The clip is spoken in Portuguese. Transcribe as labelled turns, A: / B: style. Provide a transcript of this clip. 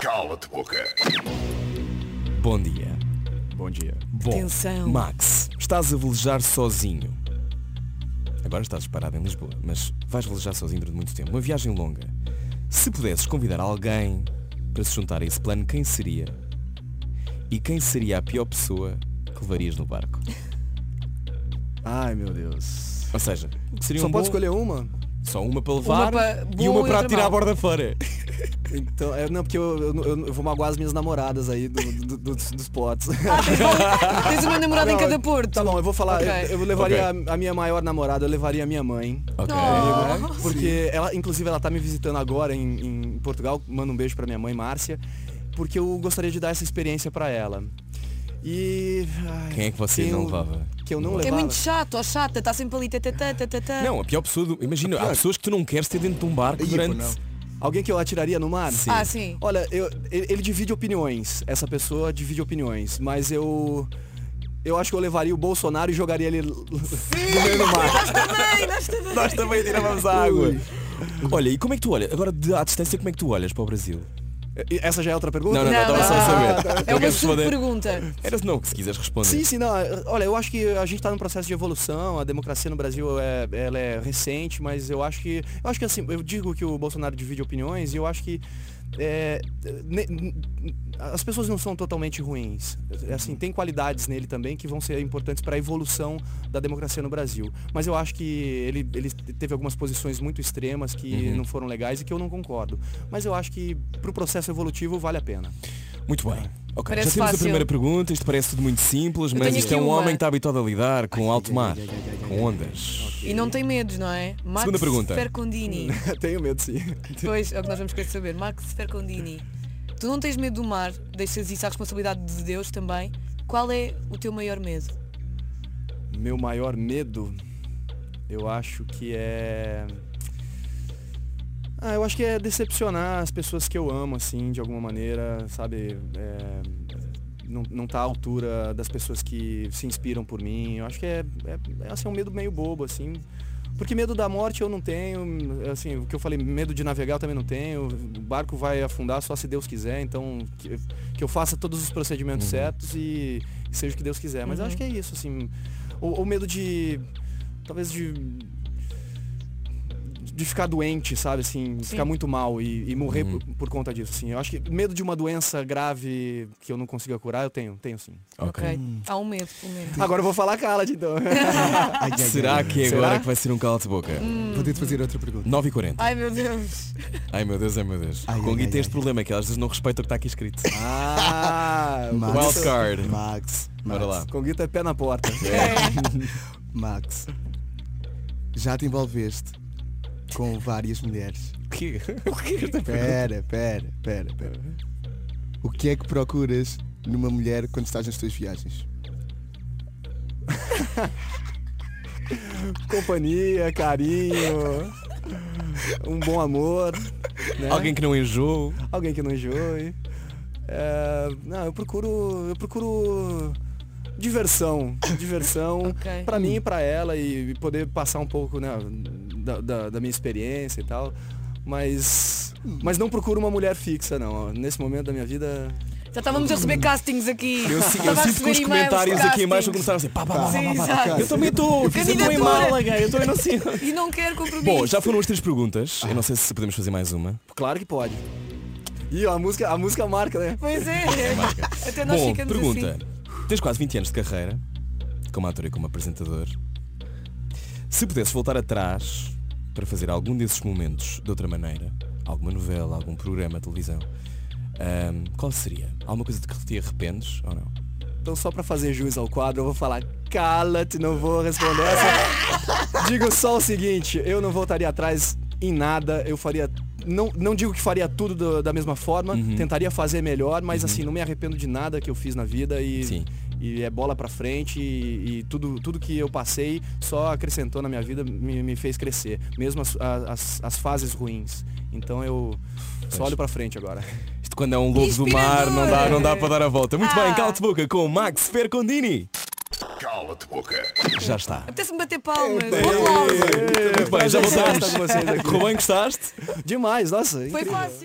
A: Cala-te boca.
B: Bom dia.
C: Bom dia.
B: Bom.
D: Atenção.
B: Max, estás a velejar sozinho. Agora estás parado em Lisboa, mas vais velejar sozinho durante muito tempo. Uma viagem longa. Se pudesses convidar alguém para se juntar a esse plano, quem seria? E quem seria a pior pessoa que levarias no barco?
C: Ai meu Deus.
B: Ou seja, seria
C: Só
B: um
C: pode
B: bom-
C: escolher uma?
B: Só uma para levar
D: pa-
B: e
D: boa
B: uma
D: e
B: para
D: outra
B: tirar a
D: mal.
B: borda fora.
C: Então, é, não, porque eu, eu- eu- eu vou magoar as minhas namoradas aí do- do- do- dos, dos potes.
D: Ah, Tens uma namorada em
C: Não,
D: cada porto.
C: Tá bom, eu vou falar.
D: Ok.
C: Eu, eu levaria a, a minha maior namorada, eu levaria a minha mãe.
B: Ok.
C: comigo, Porque ela, inclusive, ela tá me visitando agora em, em Portugal. Manda um beijo pra minha mãe, Márcia. Porque eu gostaria de dar essa experiência pra ela. E. ai,
B: Quem é que você
C: quem
B: não
C: eu-
B: levava?
C: Que eu não
D: É
C: levava.
D: muito chato, ó chata, está sempre ali. tatatá, tatatá.
B: Não, a pior pessoa do... Imagina, há pessoas que tu não queres ter dentro de um barco
E: Ih,
B: durante...
E: pô,
C: Alguém que eu atiraria no mar?
B: Sim.
D: Ah, sim.
C: Olha, eu- ele, ele divide opiniões. Essa pessoa divide opiniões. Mas eu. Eu acho que eu levaria o Bolsonaro e jogaria ele l- no meio do mar.
D: Também, nós também.
B: Nós também tirávamos a água.
E: Uhum.
B: Olha, e como é que tu olhas? Agora, de- à distância, como é que tu olhas para o Brasil?
C: E- Essa já é outra
B: Não,
C: pergunta?
B: não, não,
D: Não,
B: estava só a
D: não.
B: saber.
D: É
B: Não
D: uma
B: queres
D: super
B: responder?
D: pergunta.
B: Era se não, que se quiseres responder.
C: Sim, sim, não. é, Olha, eu acho que a gente está num processo de evolução, a democracia no Brasil é, ela é recente, mas eu acho que. Eu acho que assim, eu digo que o Bolsonaro divide opiniões e eu acho que. é, ne- n- as pessoas não são totalmente ruins. É Assim, tem qualidades nele também que vão ser importantes para a evolução da democracia no Brasil. Mas eu acho que ele, ele teve algumas posições muito extremas que não foram legais e que eu não concordo. Mas eu acho que para o processo evolutivo vale a pena.
B: Muito bem. Ok,
D: Parece
B: já temos a
D: fácil.
B: primeira pergunta, isto parece tudo muito simples,
D: Eu
B: mas
D: tenho
B: isto é
D: aqui
B: um
D: uma.
B: homem que está habituado a lidar com alto mar, com ondas.
D: E não tem medos, não é? Max
B: Segunda pergunta.
D: Fercondini.
C: Tenho medo, sim.
D: Pois, é o que nós vamos querer saber. Max Fercondini. Tu não tens medo do mar, deixas isso à responsabilidade de Deus também. Qual é o teu maior medo?
C: Meu maior medo, eu acho que é. Ah, eu acho que é decepcionar as pessoas que eu amo, assim, de alguma maneira, sabe? É, Não, não tá à altura das pessoas que se inspiram por mim. Eu acho que é, é, é, assim, um medo meio bobo, assim. Porque medo da morte eu não tenho, assim, o que eu falei, medo de navegar eu também não tenho. O barco vai afundar só se Deus quiser, então que, que eu faça todos os procedimentos certos e seja o que Deus quiser. Mas eu acho que é isso, assim. Ou, ou medo de. Talvez de. De ficar doente, sabe, assim, ficar muito mal e, e morrer
B: Uhum.
C: por, por conta disso, assim. Eu acho que medo de uma doença grave que eu não consiga curar, eu tenho, tenho sim.
D: Ok.
B: Hum.
D: Há um medo, pelo menos.
B: Ah.
C: Agora eu vou falar cala então.
E: Ai, ai,
B: Será
E: ai,
B: que é
C: Será?
B: agora que vai ser um cala de boca?
D: Hum.
E: Vou ter de fazer outra pergunta.
B: 9h40.
D: Ai meu Deus.
B: Ai meu Deus, ai meu Deus.
E: Ai,
B: com o
E: ai,
B: Gui
E: ai,
B: tem este
E: ai.
B: problema, é que elas às vezes não respeitam o que está aqui escrito.
C: Ah, o
E: Max.
B: Wild card.
E: Max.
B: Bora
E: Max,
B: lá.
C: Conguito é pé na porta.
E: Max. Já te envolveste com várias mulheres.
B: O quê?
E: Pera, pera, pera, pera. O que é que procuras numa mulher quando estás nas tuas viagens?
C: Companhia, carinho, um bom amor.
E: é?
C: né?
B: Alguém que não enjoou.
C: Alguém que não enjoe. É, não, eu procuro. Eu procuro diversão. Diversão
D: Ok.
C: pra mim e pra ela e, e poder passar um pouco né, da, da- da minha experiência e tal. Mas. Mas não procuro uma mulher fixa, não. Nesse momento da minha vida.
D: Já estávamos a receber castings aqui.
B: Eu, si- eu
D: Estava a
B: sinto que os
D: receber e-mails,
B: comentários aqui em baixo vão
D: castings.
B: começar a dizer pá, pá, pá, pá,
D: Sim,
B: pá, pá.
D: exato.
B: Eu também estou, eu estou em
D: Candidatura.
B: Málaga, eu estou em não sei onde.
D: E não quero compromisso.
B: Bom, já foram as três perguntas. Eu não sei se podemos fazer mais uma.
C: Claro que pode. E a música, a música marca, né?
D: Pois é. Até nós
B: Bom,
D: ficamos
B: pergunta.
D: assim.
B: Tens quase 20 anos de carreira, como ator e como apresentador. Se pudesses voltar atrás para fazer algum desses momentos de outra maneira, alguma novela, algum programa de televisão, ahm, qual seria? Alguma coisa de que te arrependes ou não?
C: Então só pra fazer jus ao quadro, eu vou falar cala-te, não vou responder essa. digo só o seguinte, eu não voltaria atrás em nada, eu faria não, não digo que faria tudo do- da mesma forma, tentaria fazer melhor, mas assim, não me arrependo de nada que eu fiz na vida e,
B: Sim.
C: e é bola pra frente e, e tudo, tudo que eu passei só acrescentou na minha vida, me, me fez crescer, mesmo as, as, as fases ruins. Então eu só olho pra frente agora.
B: Isto quando é um lobo do mar, não dá, não dá para dar a volta. Muito bem,
D: Ah.
B: cala-te boca com o Max Fercondini.
A: Cala-te boca.
B: Já está.
D: Apetece-me bater palmas. Um aplauso.
B: Muito bem, já
C: prazer
B: voltamos.
C: estar com vocês aqui.
B: Rubem, gostaste?
C: Demais, nossa.
D: Foi fácil.